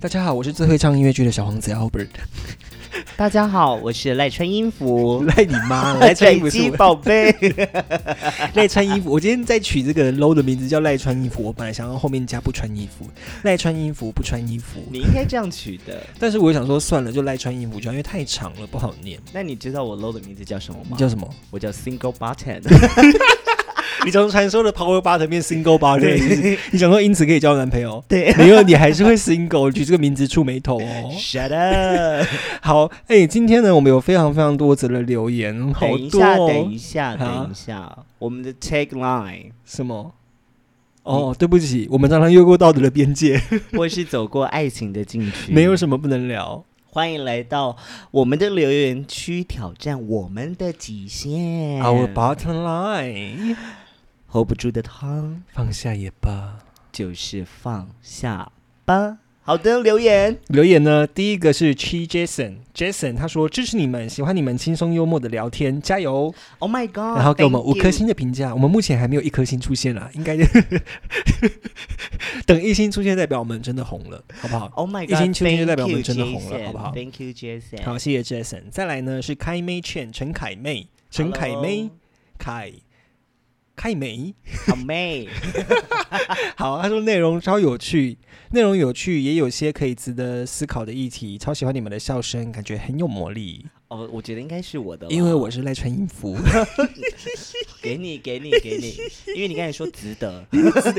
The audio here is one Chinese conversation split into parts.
大家好，我是最会唱音乐剧的小王子 Albert。，大家好， 我是赖穿衣服 赖你妈了！赖穿衣服是鸡我宝贝。 赖穿衣服。我今天在取这个 low 的名字叫赖穿衣服，我本来想要后面加不穿衣服，赖穿衣服不穿衣服。你应该这样取的。但是我想说算了，就赖穿衣服就好，因为太长了不好念。那你知道我 low 的名字叫什么你吗？叫什么？我叫 Single Button。你从传说的 Power Button 变 Single Button，对你想说因此可以交男朋友？对没有，你还是会 Single，取这个名字触眉头 哦。 ，Shut up！好，哎、今天呢，我们有非常非常多则的留言， 好等一多、下，哦等。一下，等一下，我们的 tagline 什么？哦，对不起，我们常常越过道德的边界，或是走过爱情的禁区，没有什么不能聊。欢迎来到我们的留言区，挑战我们的极限。 Our bottom line， hold 不住的汤放下也罢。就是放下吧。好的，留言留言呢，第一个是 Chi Jason，Jason 他说支持你们，喜欢你们轻松幽默的聊天，加油！ ，Oh my God！然后给我们 thank 五 you 颗星的评价，我们目前还没有一颗星出现啦，应该 等一星出现代表我们真的红了，好不好？ Oh my god！一星期就 thank 代表我们 you，真的红了 Jason，好不好？Thank you, Jason。好，谢谢 Jason。再来呢是开妹倩陈凯妹，陈凯妹 Hello，凯凯梅。好哦 妹，好，他说内容超有趣，内容有趣，也有些可以值得思考的议题。超喜欢你们的笑声，感觉很有魔力。哦，我觉得应该是我的啦，因为我是赖穿衣服，给你，给你，给你，因为你刚才说值得，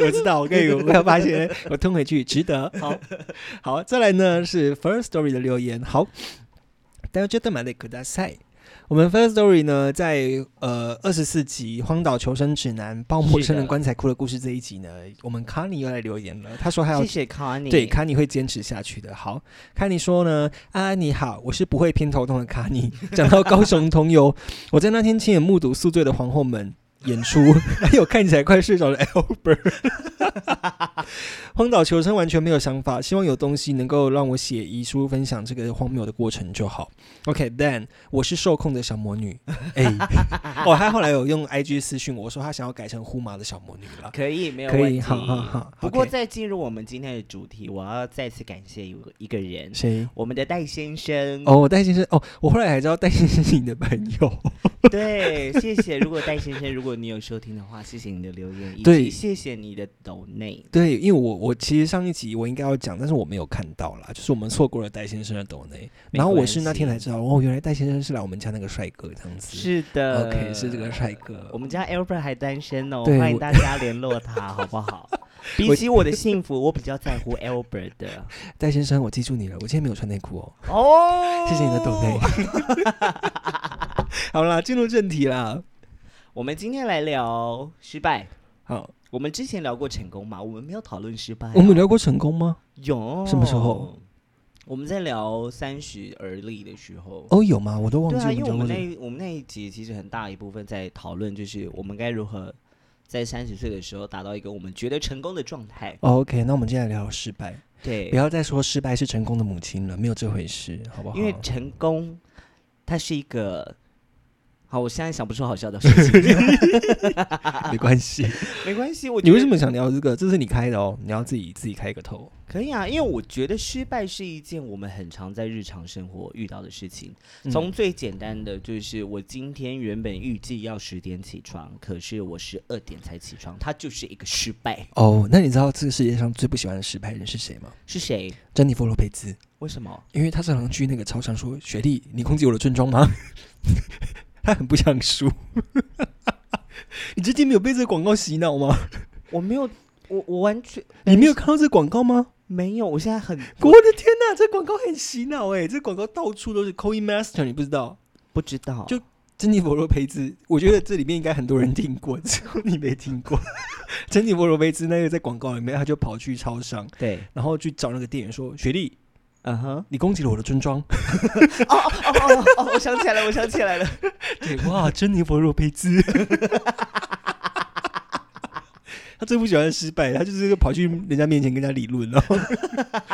我知道，我跟你我要发现，我吞回去，值得。好，好，再来呢是 First Story 的留言。好，大家觉得蛮的可大赛。我们 First Story 呢，在呃二十四集《荒岛求生指南：抱陌生人棺材哭的故事》这一集呢，我们卡尼又来留言了。他说他要谢谢 Connie。对，卡尼会坚持下去的。好，卡尼说呢，安安你好，我是不会偏头痛的卡尼。 讲到高雄同游， 我在那天亲眼目睹宿醉的皇后们演出， 还有看起来快睡着的 Albert。荒岛求生完全没有想法，希望有东西能够让我写遗书，分享这个荒谬的过程就好。OK，then、我是受控的小魔女。哎、 哦，他后来有用 IG 私讯我说他想要改成呼麻的小魔女 了。可以，没有可以问题。好好好不过 OK 在进入我们今天的主题，我要再次感谢有一个人，谁？我们的戴先生。哦，戴先生，哦，我后来才知道戴先生是你的朋友。对，谢谢。如果戴先生，如果你有收听的话，谢谢你的留言，以对及谢谢你的抖内。对，因为我我其实上一集我应该要讲，但是我没有看到啦，就是我们错过了戴先生的抖内，没然后我关是那天系才知道，哦，原来戴先生是来我们家那个帅哥这样子。是的 OK，是这个帅哥我们家 Albert 还单身哦，嗯对欢迎我大家联络他， 好不好？比起我的幸福，我比较在乎 Albert 的戴先生，我记住你了，我今天没有穿内裤 哦，哦。谢谢你的抖 内。。好啦，进入正题啦。我们今天来聊失败。好，我们之前聊过成功嘛，我们没有讨论失败啊、我们有聊过成功吗？有什么时候？我们在聊三十而立的时候。哦，有吗？我都忘对记啊，因为聊我过们这个。那我们那一集其实很大一部分在讨论，就是我们该如何在三十岁的时候达到一个我们觉得成功的状态。哦 OK，那我们今天来聊聊失败，对，不要再说失败是成功的母亲了，没有这回事，好不好？因为成功，它是一个。好，我现在想不出好笑的事 情，没关系。没关系。我你觉为得什么想聊这个？这是你开的哦，你要自己自己开一个头。可以啊？因为我觉得失败是一件我们很常在日常生活遇到的事情。嗯从最简单的，就是我今天原本预计要十点起床，可是我十二点才起床，它就是一个失败。哦，那你知道这个世界上最不喜欢的失败人是谁吗？是谁？珍妮佛·罗佩兹，为什么？因为他常常去那个操场说：“学弟，你控制我的村庄吗？” 他很不想输。你最近没有被这个广告洗脑吗？我没有，我我完全你没有看到这个广告吗？没有。我现在很哎我的天哪，这广告很洗脑哎、这广告到处都是 Coin Master，你不知道？不知道，就珍妮佛·罗培兹，我觉得这里面应该很多人听过，只有你没听过。 珍妮佛·罗培兹那个在广告里面，他就跑去超商，对， 然后去找那个店员 说：“学弟，嗯哼。你攻击了我的村庄。哦哦哦哦哦！我想起来了，我想起来了。” 对，哇，珍妮佛·罗培兹。 他最不喜欢失败，他就是跑去人家面前跟人家理论哦。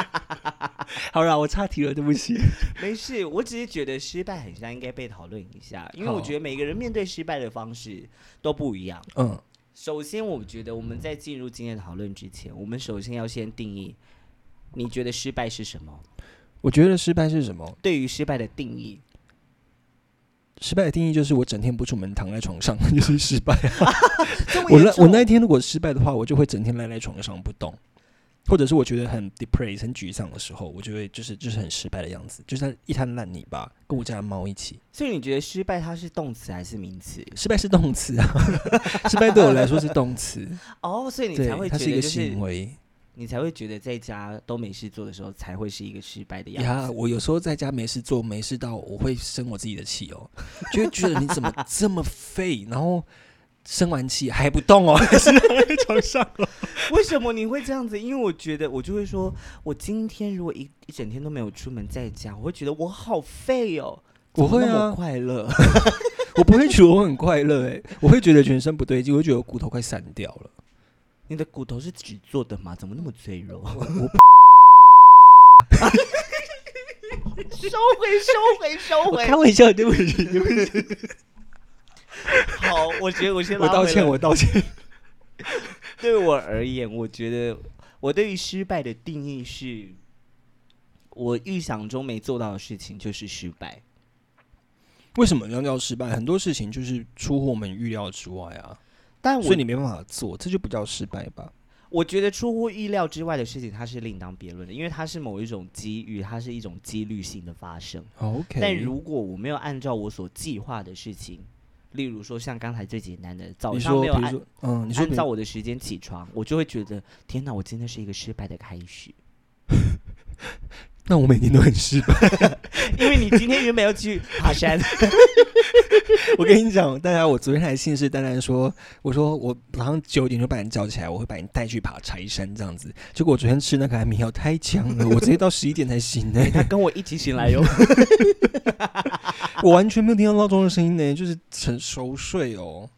好啦，我岔题了，对不起。没事，我只是觉得失败很像应该被讨论一下，因为我好觉得每个人面对失败的方式都不一样。嗯，首先，我觉得我们在进入今天的讨论之前，我们首先要先定义你觉得失败是什么？我觉得失败是什么？对于失败的定义，失败的定义就是我整天不出门，躺在床上 就是失败。这么我严那我重那一天如果失败的话，我就会整天赖在床上不动，或者是我觉得很 depressed、很沮丧的时候，我就会就是就是很失败的样子，就是一滩烂泥巴，跟我家的猫一起。所以你觉得失败它是动词还是名词？失败是动词啊， 失败对我来说是动 词，哦，所以你对才，会它觉是一得个就是行为。你才会觉得在家都没事做的时候才会是一个失败的样子。呀，我有时候在家没事做，没事到我会生我自己的气哦，就会觉得你怎 么这么废，然后生完气还不动哦， 还是躺在床上哦。为什么你会这样子？因为我觉得我就会说，我今天如果一一整天都没有出门，在家，我会觉得我好废哦。我会 怎么那么啊，快乐。 我不会觉得我很快乐哎，我会觉得全身不对劲，我会觉得我骨头快散掉 了。你的骨头是纸做的吗？怎么那么脆弱？我我收回，收回，收我回开。玩笑，对不起，对不起， 好，我觉得我先我拉回道来歉，我道歉。对我而言，我觉得我对于失败的定义是，我预想中没做到的事情就是失败。为什么要叫失败？很多事情就是出乎我们预料之外啊，但所我以你没办法做，这就不叫失败吧？我觉得出乎意料之外的事情，它是另当别论的，因为它是某一种机遇，它是一种几率性的发生。哦 OK，但如果我没有按照我所计划的事情，例如说像刚才最简单的，早你上说，没比有如按说，嗯，你说按比照如，我的时间起床，我就会觉得天哪，我真的是一个失败的开始。那我每天都很失败。 因为你今天原本要去 爬山，我跟你讲，大家，我昨天还信誓旦旦说，我说我早上九点就把你叫起来，我会把你带去爬柴山这样子。结果我昨天吃那个安眠药太强了，我直接到十一点才醒 呢、他跟我一起醒来 哟。我完全没有听到闹钟的声音呢、就是很熟睡哦。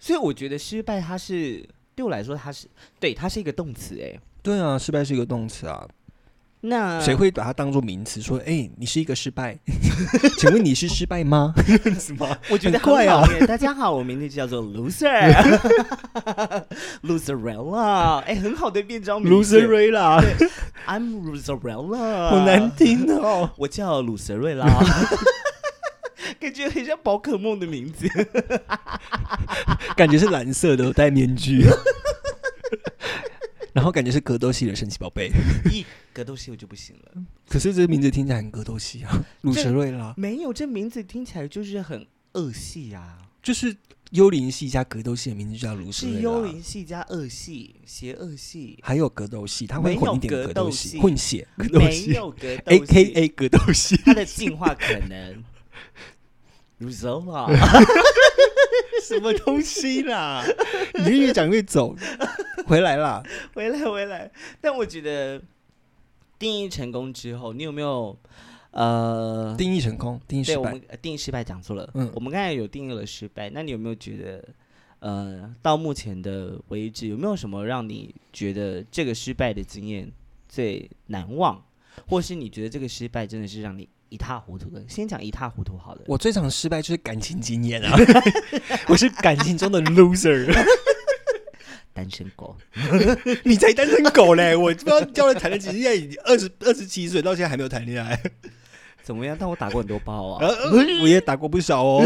所以我觉得失败，它是对我来说，它是对它是一个动词哎。对啊，失败是一个动词啊， 那谁会把它当做名词说？哎、你是一个失败？ 请问你是失败 吗？什么？我觉得很怪啊很好耶！大家好，我名字叫做 Loser，Loserella，哎，很好的变装名字瑞啦， I'm Loserella，好难，听哦。我叫鲁蛇瑞拉，感觉很像宝可梦的名 字。感觉是蓝色的，戴面具， 然后感觉是格斗系的神奇宝贝。咦，格斗系我就不行了，可是这个名字听起来很格斗系啊，鲁蛇瑞拉没有这名字听起来就是很恶系啊，就是幽灵系加格斗系的名字就叫鲁蛇瑞拉，是幽灵系加恶系，邪恶系，还有格斗系，它会混一点格斗没系，有格斗系混血格斗没系有格斗，A 系 K A 格斗 系，它的进化可能。鲁蛇 啦，什么东西啦？你就越讲越走，回来啦。回来回来。但我觉得定义成功之后，你有没有呃定义成功，定义对失我败，们呃定义失败讲错了，嗯我们刚才有定义了失败，那你有没有觉得，呃，到目前的为止，有没有什么让你觉得这个失败的经验最难忘，或是你觉得这个失败真的是让你一塌糊涂的？先讲一塌糊涂好了。我最常失败就是感情经验啊， 我是感情中的 loser。单身狗， 你才单身狗嘞！ 我不知道交了谈了几次，现在已经二十二十七岁，到现在还没有谈恋爱。 怎么样？但我打过很多包啊然，后我也打过不少 哦。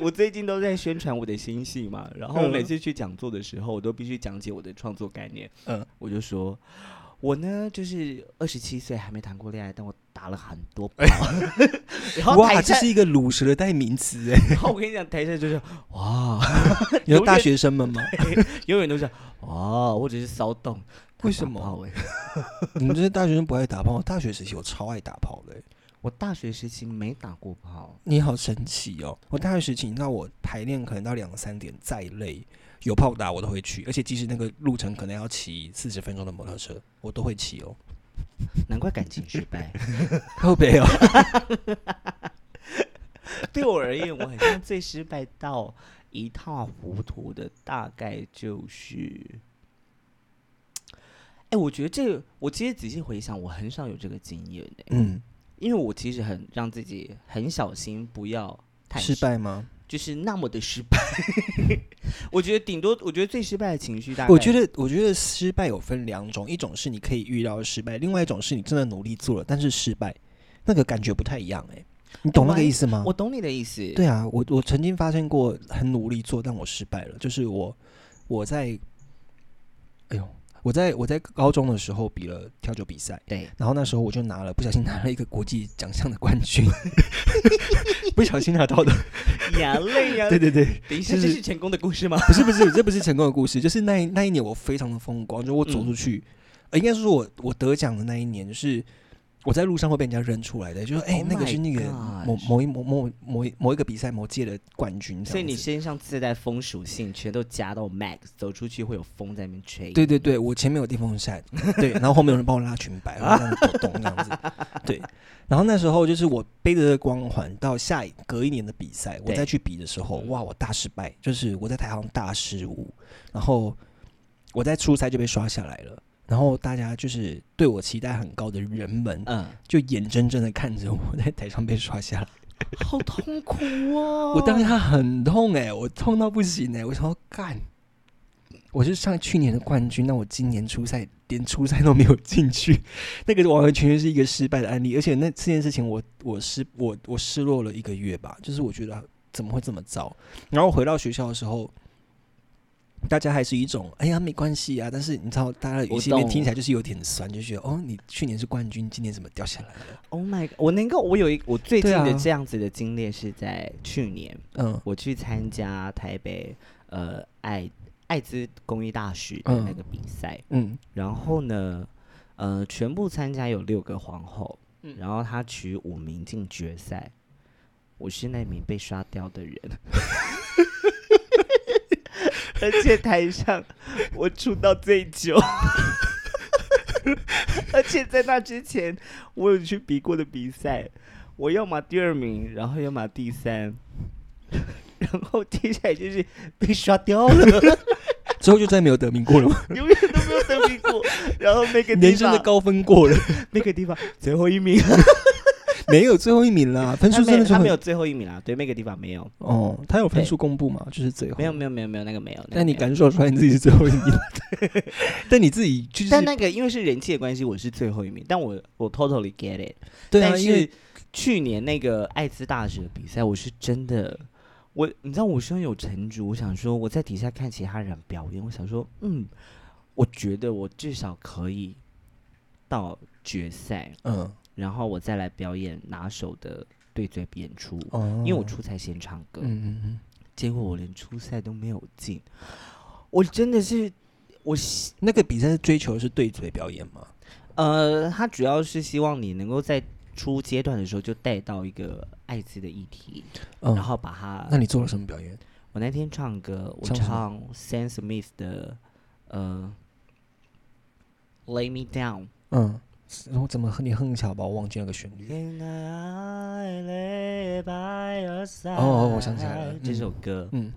我最近都在宣传我的新戏嘛，然后我嗯每次去讲座的时候，我都必须讲解我的创作概念。嗯，我就说，我呢就是二十七岁还没谈过恋爱，但我打了很 多炮。 然后哇，台这下是，一个卤蛇的代名词 哎！然后我跟你讲，台下就是哇， 你说大学生们 吗？永远都是哇，或者是骚动。为什么打炮欸你们这些大学生不爱打炮，大学时期我超爱打炮的欸。我大学时期没打过炮，你好神奇哦！我大学时期，你知道我排练可能到两三点，再累有炮打我都会去，而且即使那个路程可能要骑四十分钟的摩托车，我都会骑 哦。难怪感情失败。后背哦， 对我而言，我好像最失败到一塌糊涂的，大概就是，哎，我觉得这个，我其实仔细回想，我很少有这个经验的、嗯，因为我其实很让自己很小心，不要太失败吗？就是那么的失败。 我觉得顶多，我觉得最失败的情绪大概，我觉得，我觉得失败有分两种，一种是你可以预料的失败，另外一种是你真的努力做了，但是失败，那个感觉不太一样哎、你懂那个意思吗？我懂你的意思。对啊，我我曾经发生过很努力做，但我失败了，就是我我在，哎呦，我在我在高中的时候比了跳酒比赛，对，然后那时候我就拿了不小心拿了一个国际奖项的冠军， 不小心拿到的，眼泪 呀对，对对，等一下，就这是是成功的故事吗？ 不是不是，这不是成功的故事，就是那一那一年我非常的风光，就我走出去，嗯呃应该是说我我得奖的那一年，就是我在路上会被人家认出来的，就是哎、 Oh 那个是 my 那个 gosh 某某一某某某一某一个比赛某届的冠军这所以样你子。身上自带风属性，全都加到 max，走出去会有风在那边吹。对对对，我前面有电风扇，对，然后后面有人帮我拉裙摆，然后这样子抖动这 样子，对。然后那时候就是我背着这个光环到下一隔一年的比赛，我对嗯再去比的时候，哇，我大失败，就是我在台上大失误，然后我在初赛就被刷下来了。然后大家就是对我期待很高的人们，嗯，就眼睁睁的看着我在台上被刷下来，好痛苦哦！ 我当下很痛哎、我痛到不行哎、我想要干，我是上去年的冠军，那我今年初赛连初赛都没有进去， 那个完完全全是一个失败的案例。而且那这件事情我，我失我我失落了一个月吧，就是我觉得怎么会这么糟？然后回到学校的时候。大家还是一种，哎呀，没关系啊。但是你知道，大家的语气里我面懂听起来就是有点酸，就觉得哦，你去年是冠军，今年怎么掉下来了？ Oh my，god，我能够，我有一我最近对啊的这样子的经历是在去年，嗯我去参加台北呃艾艾滋公益大使的嗯那个比赛，嗯然后呢，呃，全部参加有六个皇后，嗯然后她取五名进决赛，我是那名被刷掉的人， 而且台上我出道最久。 而且在那之前，我有去比过的比赛，我要么第二名，然后要么第三， 然后接下来就是被刷掉了， 之后就再也没有得名过了吗？永远都没有得名过。然后那个地人生的方高峰过了。那个地方最后一 名，没有最后一名啦，分他数没真有的是他很没有最后一名啦，对，那个地方没有，哦，他有分数公布嘛？就是最后没有，没有没有没有那个没有。那个但你没有感受出来你自己是最后一 名，但你自己就是但那个因为是人气的关系，我是最后一名，但我我 totally get it。对啊，但因为是去年那个艾滋大使的比赛，我是真的，我你知道我胸有成竹，我想说我在底下看其他人表演，我想说，嗯，我觉得我至少可以到决赛，嗯然后我再来表演拿手的对嘴演出，哦，因为我出差先唱歌，嗯嗯嗯，结果我连初赛都没有进，我真的是我希那个比赛追求的是对嘴表演嘛？呃，他主要是希望你能够在初阶段的时候就带到一个艾滋的议题，然嗯，后把它。那你做了什么表演？我那天唱歌，我唱什么唱 Sam Smith 的呃《Lay Me Down 嗯，然后怎么哼你哼一下吧，我忘记那个旋》律。 ，And I lay by your side。哦我想起来了这嗯首歌。嗯，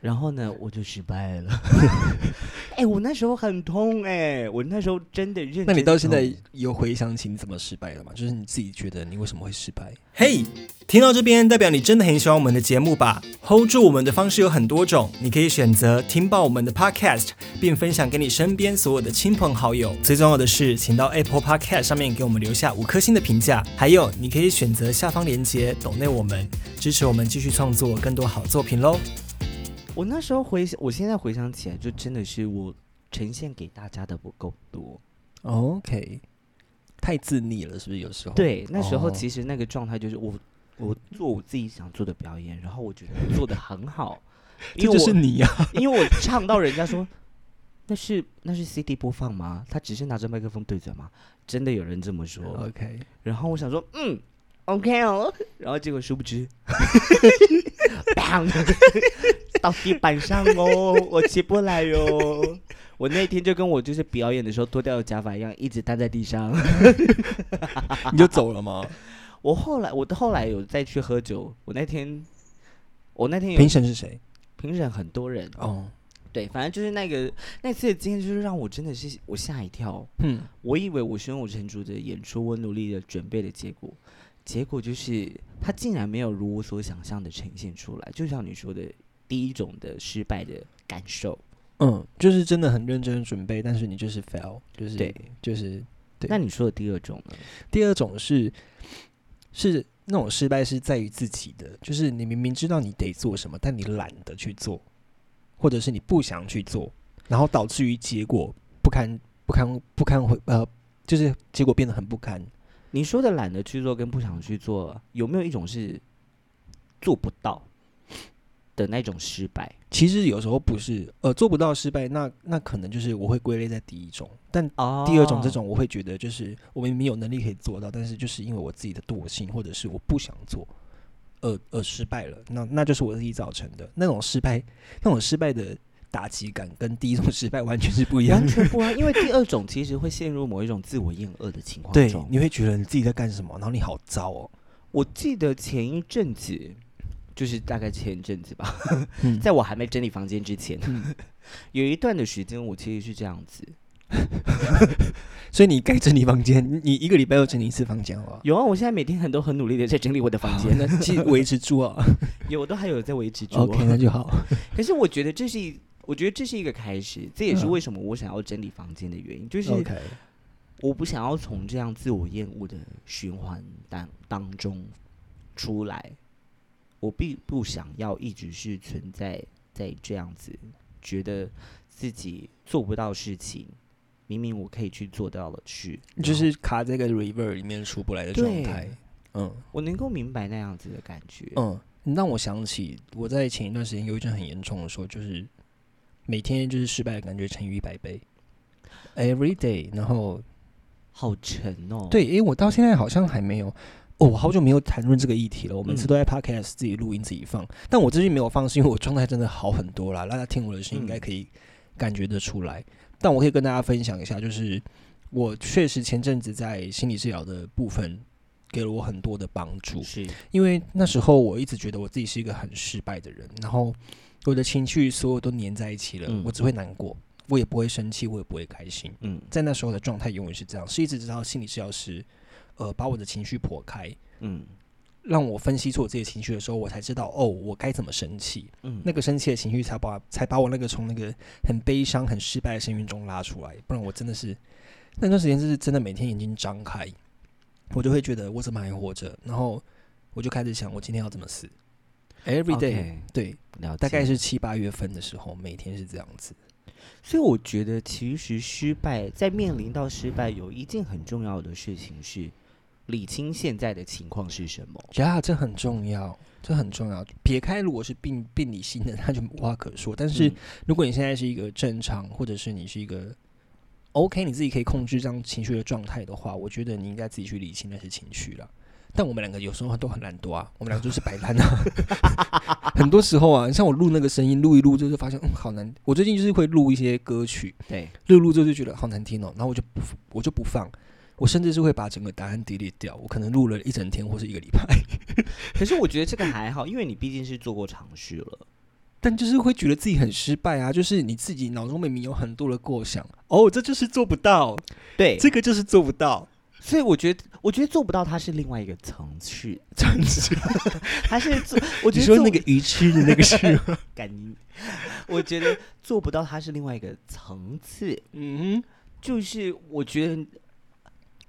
然后呢，我就失败了。 哎、我那时候很痛哎、我那时候真的认真。那你到现在有回想起你怎么失败的吗？就是你自己觉得你为什么会失败？嘿听到这边，代表你真的很喜欢我们的节目吧？Hold 住我们的方式有很多种，你可以选择听爆我们的 Podcast，并分享给你身边所有的亲朋好友。最重要的是，请到 Apple Podcast 上面给我们留下五颗星的评价。还有，你可以选择下方链接抖内我们，支持我们继续创作更多好作品喽。我那时候回想，我现在回想起来，就真的是我呈现给大家的不够多。 OK，太自溺了，是不是有时候？，对，那时候哦其实那个状态就是我，我做我自己想做的表演，然后我觉得我做的 很好，这因就为是我你啊。因为我唱到人家说。那是那是 CD 播放吗？他只是拿着麦克风对嘴吗？真的有人这么说。 OK，然后我想说，嗯，OK 哦。然后结果殊不知，bang，到地板上哦，我起不来哟、我那天就跟我就是表演的时候脱掉假发一样，一直瘫在地上。啊你就走了吗？我后来，我后来有再去喝酒。我那天，我那天有评审是谁？评审很多人，哦，对，反正就是那个那次的经验，就是让我真的是我吓一跳。嗯，我以为我胸有成竹的演出，我努力的准备的结果，结果就是他竟然没有如我所想象的呈现出来，就像你说的第一种的失败的感受。嗯，就是真的很认真地准备，但是你就是 fail，就是对，就是对那你说的第二种呢？第二种是是那种失败是在于自己的，就是你明明知道你得做什么，但你懒得去做，或者是你不想去做，然后导致于结果不堪不堪不堪回呃，就是结果变得很不堪。你说的懒得去做跟不想去做，有没有一种是做不到的那种失败？其实有时候不是呃做不到失败，那那可能就是我会归类在第一种，但哦第二种这种我会觉得就是我明明有能力可以做到，但是就是因为我自己的惰性或者是我不想做，呃呃失败了，那那就是我自己造成的那种失败，那种失败的打击感跟第一种失败完全是不一样完的。 全不然，因为第二种其实会陷入某一种自我厌恶的情 况对中，。你会觉得你自己在干什么，然后你好糟哦。我记得前一阵子，就是大概前一阵子吧， 嗯在我还没整理房间之前，嗯 有一段的时间我其实是这样子。所以你该整理房间，你你一个礼拜要整理一次房间好不好？有啊，我现在每天很都很努力的在整理我的房好 间，那既维持住 啊 有我都还有在维持住。哦 ，OK，那就好。 可是我觉得这是一，我觉得这是一个开始，这也是嗯为什么我想要整理房间的原因，就是 OK，我不想要从这样自我厌恶的循环当当中出来，我并不想要一直是存在在这样子，觉得自己做不到事情，明明我可以去做到的事，就是卡在一个 river 里面出不来的状对态。嗯，我能够明白那样子的感觉。嗯，你让我想起我在前一段时间忧郁症很严重的时候，就是每天就是失败的感觉乘以一百倍，every day。然后好沉哦。，对，因为我到现在好像还没有。哦，我好久没有谈论这个议题了。我每次嗯都在 podcast 自己录音自己放，但我最近没有放，是因为我状态真的好很多啦。大家听我的声音应该嗯可以感觉得出来。但我可以跟大家分享一下，就是我确实前阵子在心理治疗的部分给了我很多的帮助。是因为那时候我一直觉得我自己是一个很失败的人，然后我的情绪所有都粘在一起了，嗯我只会难过，我也不会生气，我也不会开心。嗯在那时候的状态永远是这样，是一直直到心理治疗师，呃，把我的情绪剖开，嗯让我分析出我自己的情绪的时候，我才知道哦，我该怎么生气。嗯，那个生气的情绪才把才把我那个从那个很悲伤、很失败的深渊中拉出来，不然我真的是那段时间是真的每天眼睛张开，我就会觉得我怎么还活着，然后我就开始想我今天要怎么死，every day，、 OK，对，了解大概是七八月份的时候，每天是这样子，所以我觉得，其实失败在面临到失败，有一件很重要的事情是理清现在的情况是什么。呀、这很重要，这很重要。撇开如果是病病理性的，那就无话可说，但是、嗯如果你现在是一个正常，或者是你是一个 OK，你自己可以控制这样情绪的状态的话，我觉得你应该自己去理清那些情绪了。但我们两个有时候都很懒惰啊，我们两个就是摆烂啊。 很多时候啊，像我录那个声音，录一录就是发现，嗯，好难。我最近就是会录一些歌曲，对，录一录之后就觉得好难听哦，然后我就不我就不放，我甚至是会把整个答案 delete 掉。我可能录了一整天或是一个礼拜， 可是我觉得这个还好，因为你毕竟是做过尝试了。但就是会觉得自己很失败啊，就是你自己脑中明明有很多的构想，哦，这就是做不到，对，这个就是做不到，所以我觉得，我觉得做不到它是另外一个层次，真 是。它是 做，我觉你得说做那个鱼吃的那个是，感应，我觉 得做不到它是另外一个层次。 嗯哼，就是我觉得，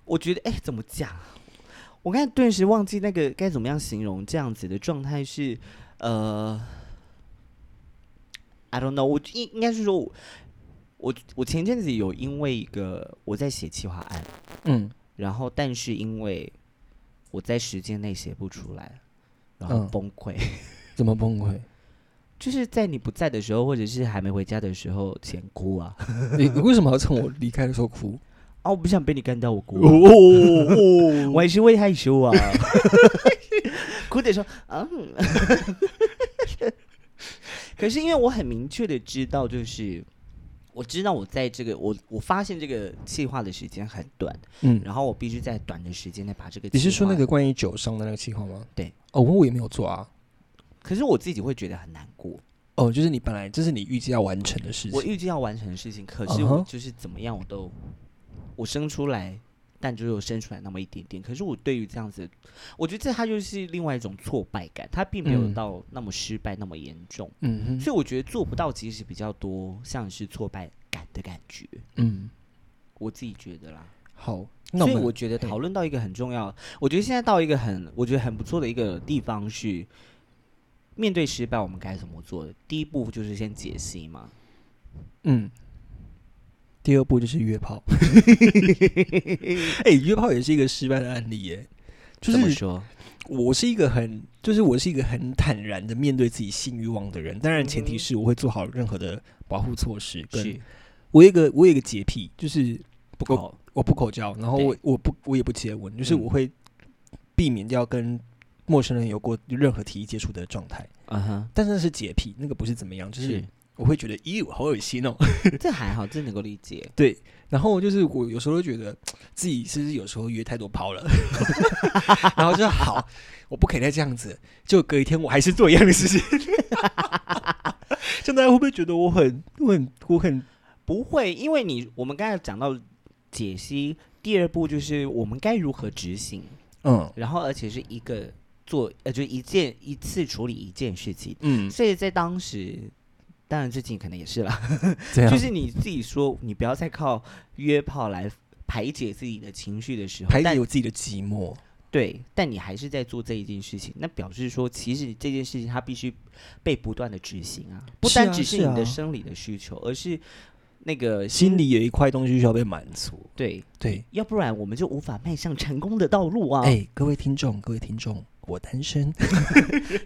我觉得，哎、怎么讲啊？我刚才顿时忘记那个该怎么样形容这样子的状态是，呃，I don't know，我应应该是说我，我我前阵子有因为一个我在写企划案，嗯，然后但是因为我在时间内写不出来，然后嗯崩溃， 怎么崩溃？就是在你不在的时候，或者是还没回家的时候前哭啊，你你为什么要趁我离开的时候哭？啊，我不想被你干掉，我哭啊、哦 我也是会害羞啊， 哭得说，嗯， 可是因为我很明确的知道，就是我知道我在这个我我发现这个计划的时间很短，嗯，然后我必须在短的时间内把这个。你是说那个？关于酒商的那个计划吗？对，哦，我也没有做啊。可是我自己会觉得很难过，哦，就是你本来这是你预计要完成的事我情，嗯预计要完成的事情，可是我嗯哼就是怎么样我都我生出来但只有生出来那么一点点。可是我对于这样子，我觉得这它就是另外一种挫败感，它并没有嗯到那么失败那么严重。嗯哼，所以我觉得做不到其实比较多，像是挫败感的感觉，嗯，我自己觉得啦。好，那所我以们我觉得嘿讨论到一个很重要，我觉得现在到一个很我觉得很不错的一个地方是，面对失败我们该怎么做？第一步就是先解析嘛，嗯，第二步就是约 炮。哎、约炮也是一个失败的案例耶。就怎么是说？我是一个很，就是我是一个很坦然的面对自己性欲望的人，当然前提是我会做好任何的保护措施。跟嗯是我有一个我有一个洁癖，就是不够够我不口交，然后我对我不我也不接吻，就是嗯我会避免掉跟陌生人有过任何体液接触的状态。嗯哼，但是那是洁癖，那个不是怎么样，就是是我会觉得，咦，好恶心哦。这还好，这能够理解。对，然后就是我有时候会觉得自己是不是有时候约太多炮了， 然后就好，我不可以再这样子，就隔一天我还是做一样的事情， 这样大家会不会觉得我很我很我很不会，因为你我们刚才讲到解析，第二步就是我们该如何执行，嗯然后而且是一个做呃，就一件一次处理一件事情，嗯所以在当时。当然，最近可能也是啦， 这就是你自己说，你不要再靠约炮来排解自己的情绪的时候，排但解我自己的寂寞，对，但你还是在做这一件事情，那表示说，其实这件事情它必须被不断的执行啊，不是单啊只是是你的啊生理的需求，而是那个心里有一块东西需要被满足。对，对，要不然我们就无法迈向成功的道路啊！哎、各位听众，各位听众，我单身，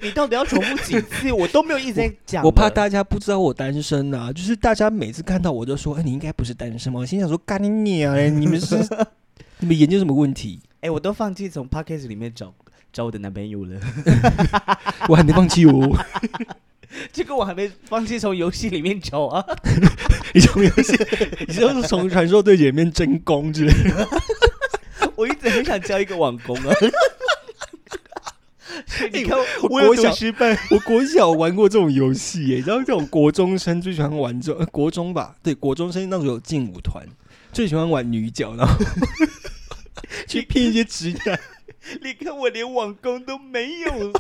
你到底要重复几次？我都没有一直在讲了，我怕大家不知道我单身啊，就是大家每次看到我都说，哎、你应该不是单身吗？我心想说，干你娘 嘞，你们是你们研究什么问题？哎，我都放弃从 podcast 里面找找我的男朋友了，我还没放弃哦，这个我还没放弃从游戏里面找啊。 你从游戏，你就是从传说对决里面争功之类的。我一直很想交一个网工啊。所 以你看，我国有多小失败。哎我国小玩过这种游戏耶，你知道这种国中生最喜欢玩这、呃、国中吧？对，国中生那时候有劲舞团，最喜欢玩女角，然 后去骗一些直男。你看我连网工都没有，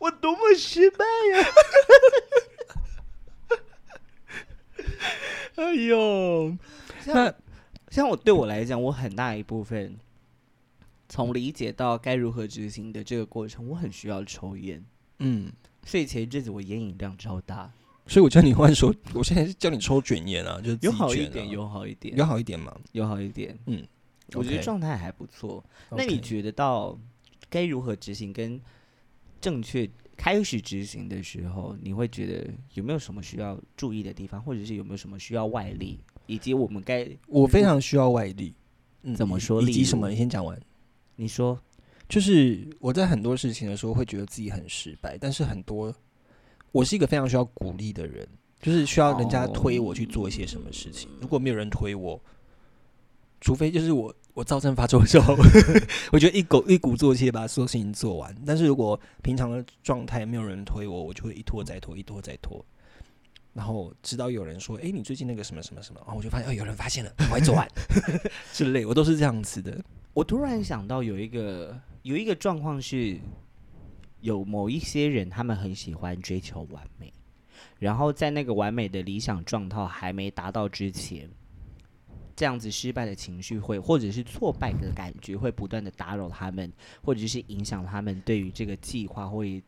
我多么失败呀、哎呦，那像像我对我来讲，我很大一部分从理解到该如何执行的这个过程，我很需要抽烟。嗯，所以前一阵子我烟瘾量超大，所以我叫你换说， 我现在是叫你抽卷烟啊，就是自己有好卷一啊点，有好一点，有好一点嘛。有好一点。嗯，我觉得 OK 状态还不错。那你 OK 觉得到该如何执行跟正确开始执行的时候，你会觉得有没有什么需要注意的地方，或者是有没有什么需要外力，以及我们该我非常需要外力？嗯怎么说以例及如什么？你先讲完。你说就是我在很多事情的时候会觉得自己很失败，但是很多我是一个非常需要鼓励的人，就是需要人家哦推我去做一些什么事情。如果没有人推我，除非就是我我躁症发作的时候， 我觉得一鼓一鼓作气把所有事情做完。但是如果平常的状态没有人推我，我就会一拖再拖，一拖再拖。然后直到有人说：“哎、你最近那个什么什么什么。”然后我就发现哦，有人发现了，赶快做完之类，我都是这样子的。我突然想到有一个有一个状况是，有某一些人他们很喜欢追求完美，然后在那个完美的理想状态还没达到之前，这样子失败的情绪会或者是挫败的感觉会不断的打扰他们，或者是影响他们对于这个计划或于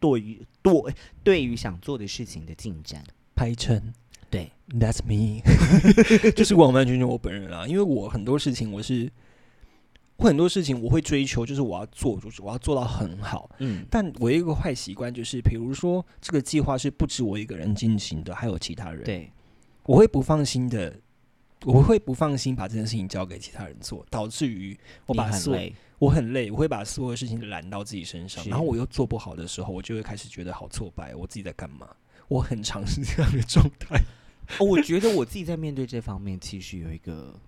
对于对对于想做的事情的进展。拍成。对，That's me，就是完完全全我本人啊啦。因为我很多事情我是，我很多事情我会追求，就是我要做，就是我要做到很好。嗯，但我有一个坏习惯，就是比如说这个计划是不止我一个人进行的，还有其他人，对，我会不放心的，我会不放心把这件事情交给其他人做，导致于我你把很所有累，我很累，我会把所有事情揽到自己身上，是然后我又做不好的时候，我就会开始觉得好挫败，我自己在干嘛？我很常是这样的状态。哦，我觉得我自己在面对这方面，其实有一个，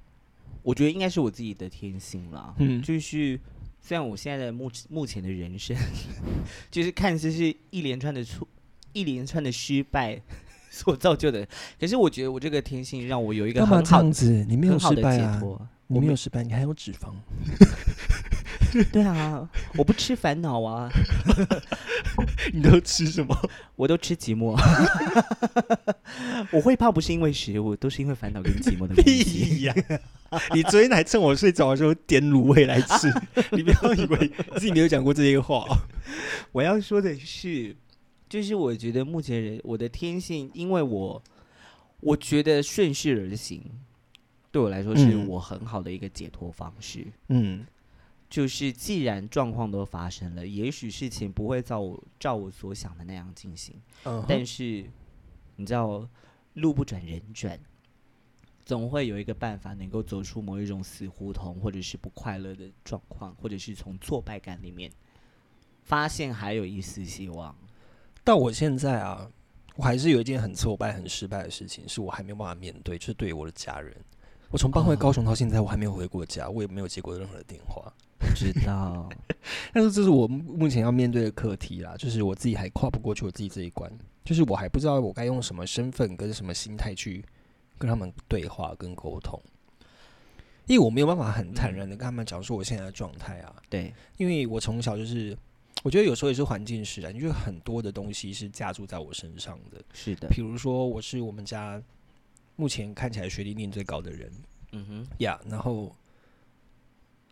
我觉得应该是我自己的天性啦。嗯就是虽然我现在的目目前的人生， 就是看似是一连串的错，一连串的失败 所造就的，可是我觉得我这个天性让我有一个干嘛很这好样子？你没有很好失的败解啊？ 脱。你我没没有石斑，你还有脂 肪。对啊，我不吃烦恼啊， 你都吃什么？我都吃寂寞。 我会怕不是因为食物，都是因为烦恼跟寂寞的关系。哎屁呀、你昨天还趁我睡着的时候点卤味来 吃，你不要以为自己没有讲过这些话哦。我要说的是，就是我觉得目前人我的天性，因为我我觉得顺势而行，对我来说是嗯我很好的一个解脱方式。嗯就是既然状况都发生了，也许事情不会照我照我所想的那样进行，嗯但是你知道，路不转人转，总会有一个办法能够走出某一种死胡同，或者是不快乐的状况，或者是从挫败感里面发现还有一丝希望。到我现在啊，我还是有一件很挫败、很失败的事情，是我还没有办法面对，就是对我的家人。我从搬回高雄到现在，我还没有回过家，我也没有接过任何的电话。知道，但是这是我目目前要面对的课题啦，就是我自己还跨不过去我自己这一关，就是我还不知道我该用什么身份跟什么心态去跟他们对话跟沟通，因为我没有办法很坦然的跟他们讲说我现在的状态啊， 对，因为我从小就是，我觉得有时候也是环境使然，因为很多的东西是加注在我身上的，是的，比如说我是我们家目前看起来学历念最高的人，嗯哼，呀然后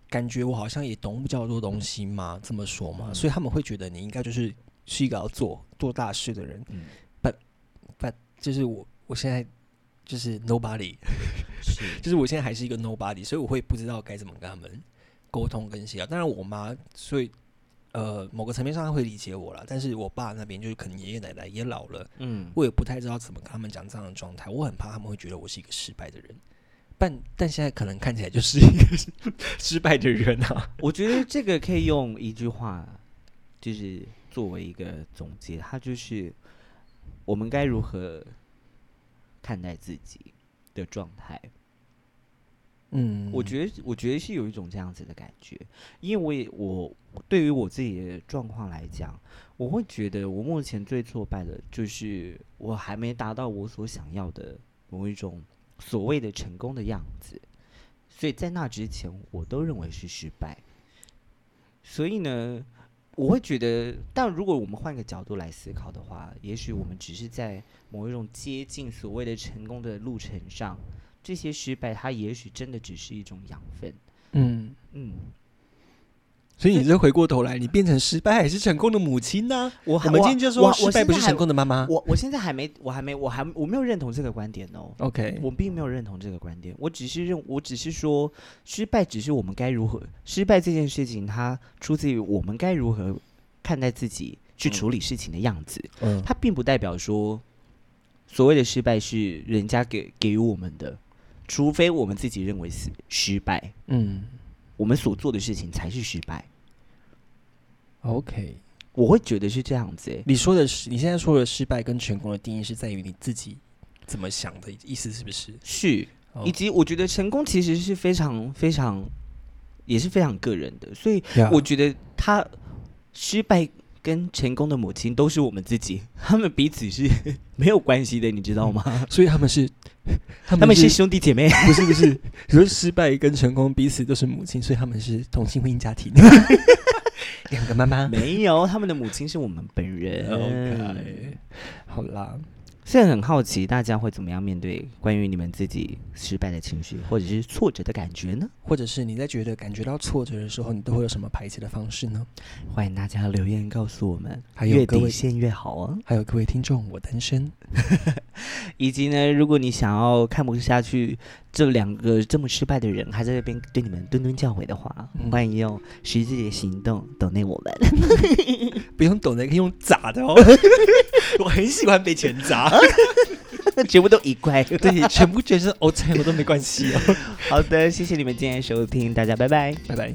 感觉我好像也懂比较多东西嘛，这么说嘛，嗯所以他们会觉得你应该就是是一个要做做大事的人，嗯，就是我我现在就是 nobody， 是，就是我现在还是一个 nobody，所以我会不知道该怎么跟他们沟通跟协调。当然我妈，所以呃某个层面上她会理解我了，但是我爸那边就是可能爷爷奶奶也老了，嗯，我也不太知道怎么跟他们讲这样的状态，我很怕他们会觉得我是一个失败的人。但但现在可能看起来就是一个 失败的人啊。我觉得这个可以用一句话，就是作为一个总结，它就是我们该如何看待自己的状态。嗯我觉得，我觉得是有一种这样子的感觉，因为我也我对于我自己的状况来讲，我会觉得我目前最挫败的就是我还没达到我所想要的某一种所谓的成功的样子，所以在那之前，我都认为是失败。所以呢，我会觉得，但如果我们换个角度来思考的话，也许我们只是在某一种接近所谓的成功的路程上，这些失败它也许真的只是一种养分。嗯，嗯，所以你这回过头来，你变成失败还是成功的母亲呢、我我们今天就我说我失败现不在是还成功的妈妈。我我现在还没，我还没，我还我没有认同这个观点哦。 OK，我并没有认同这个观点，我只是认，我只是说，失败只是我们该如何失败这件事情，它出自于我们该如何看待自己去嗯处理事情的样子，嗯它并不代表说所谓的失败是人家给给予我们的，除非我们自己认为是失败，嗯我们所做的事情才是失败。 ，OK，我会觉得是这样子、欸，你说的是你现在说的失败跟成功的定义是在于你自己怎么想的意思，是不是？是哦以及我觉得成功其实是非常非常，也是非常个人的，所以我觉得他失败跟成功的母亲都是我们自己， 他们彼此是 没有关系的，你知道吗？所以他们是他他们是兄弟姐妹， 不是不是，你说失败跟成功彼此都是母亲，所以他们是同性婚姻家 庭，两个妈妈。 没有，他们的母亲是我们本人。哦 OK，好啦，现在很好奇大家会怎么样面对关于你们自己失败的情绪或者是挫折的感觉呢？或者是你在觉得感觉到挫折的时候，你都会有什么排解的方式呢？欢迎大家留言告诉我们，还有越各底位，线越好啊！还有各位听众，我单身，以及呢，如果你想要看不下去这两个这么失败的人还在这边对你们谆谆教诲的话，嗯欢迎用实际的行动抖内我们。 不用懂的可以用砸 的哦。我很喜欢被钱砸，那全部都一块。对， 全部全是 O 菜我都没关系哦。好的，谢谢你们今天的收听，大家拜拜。拜拜。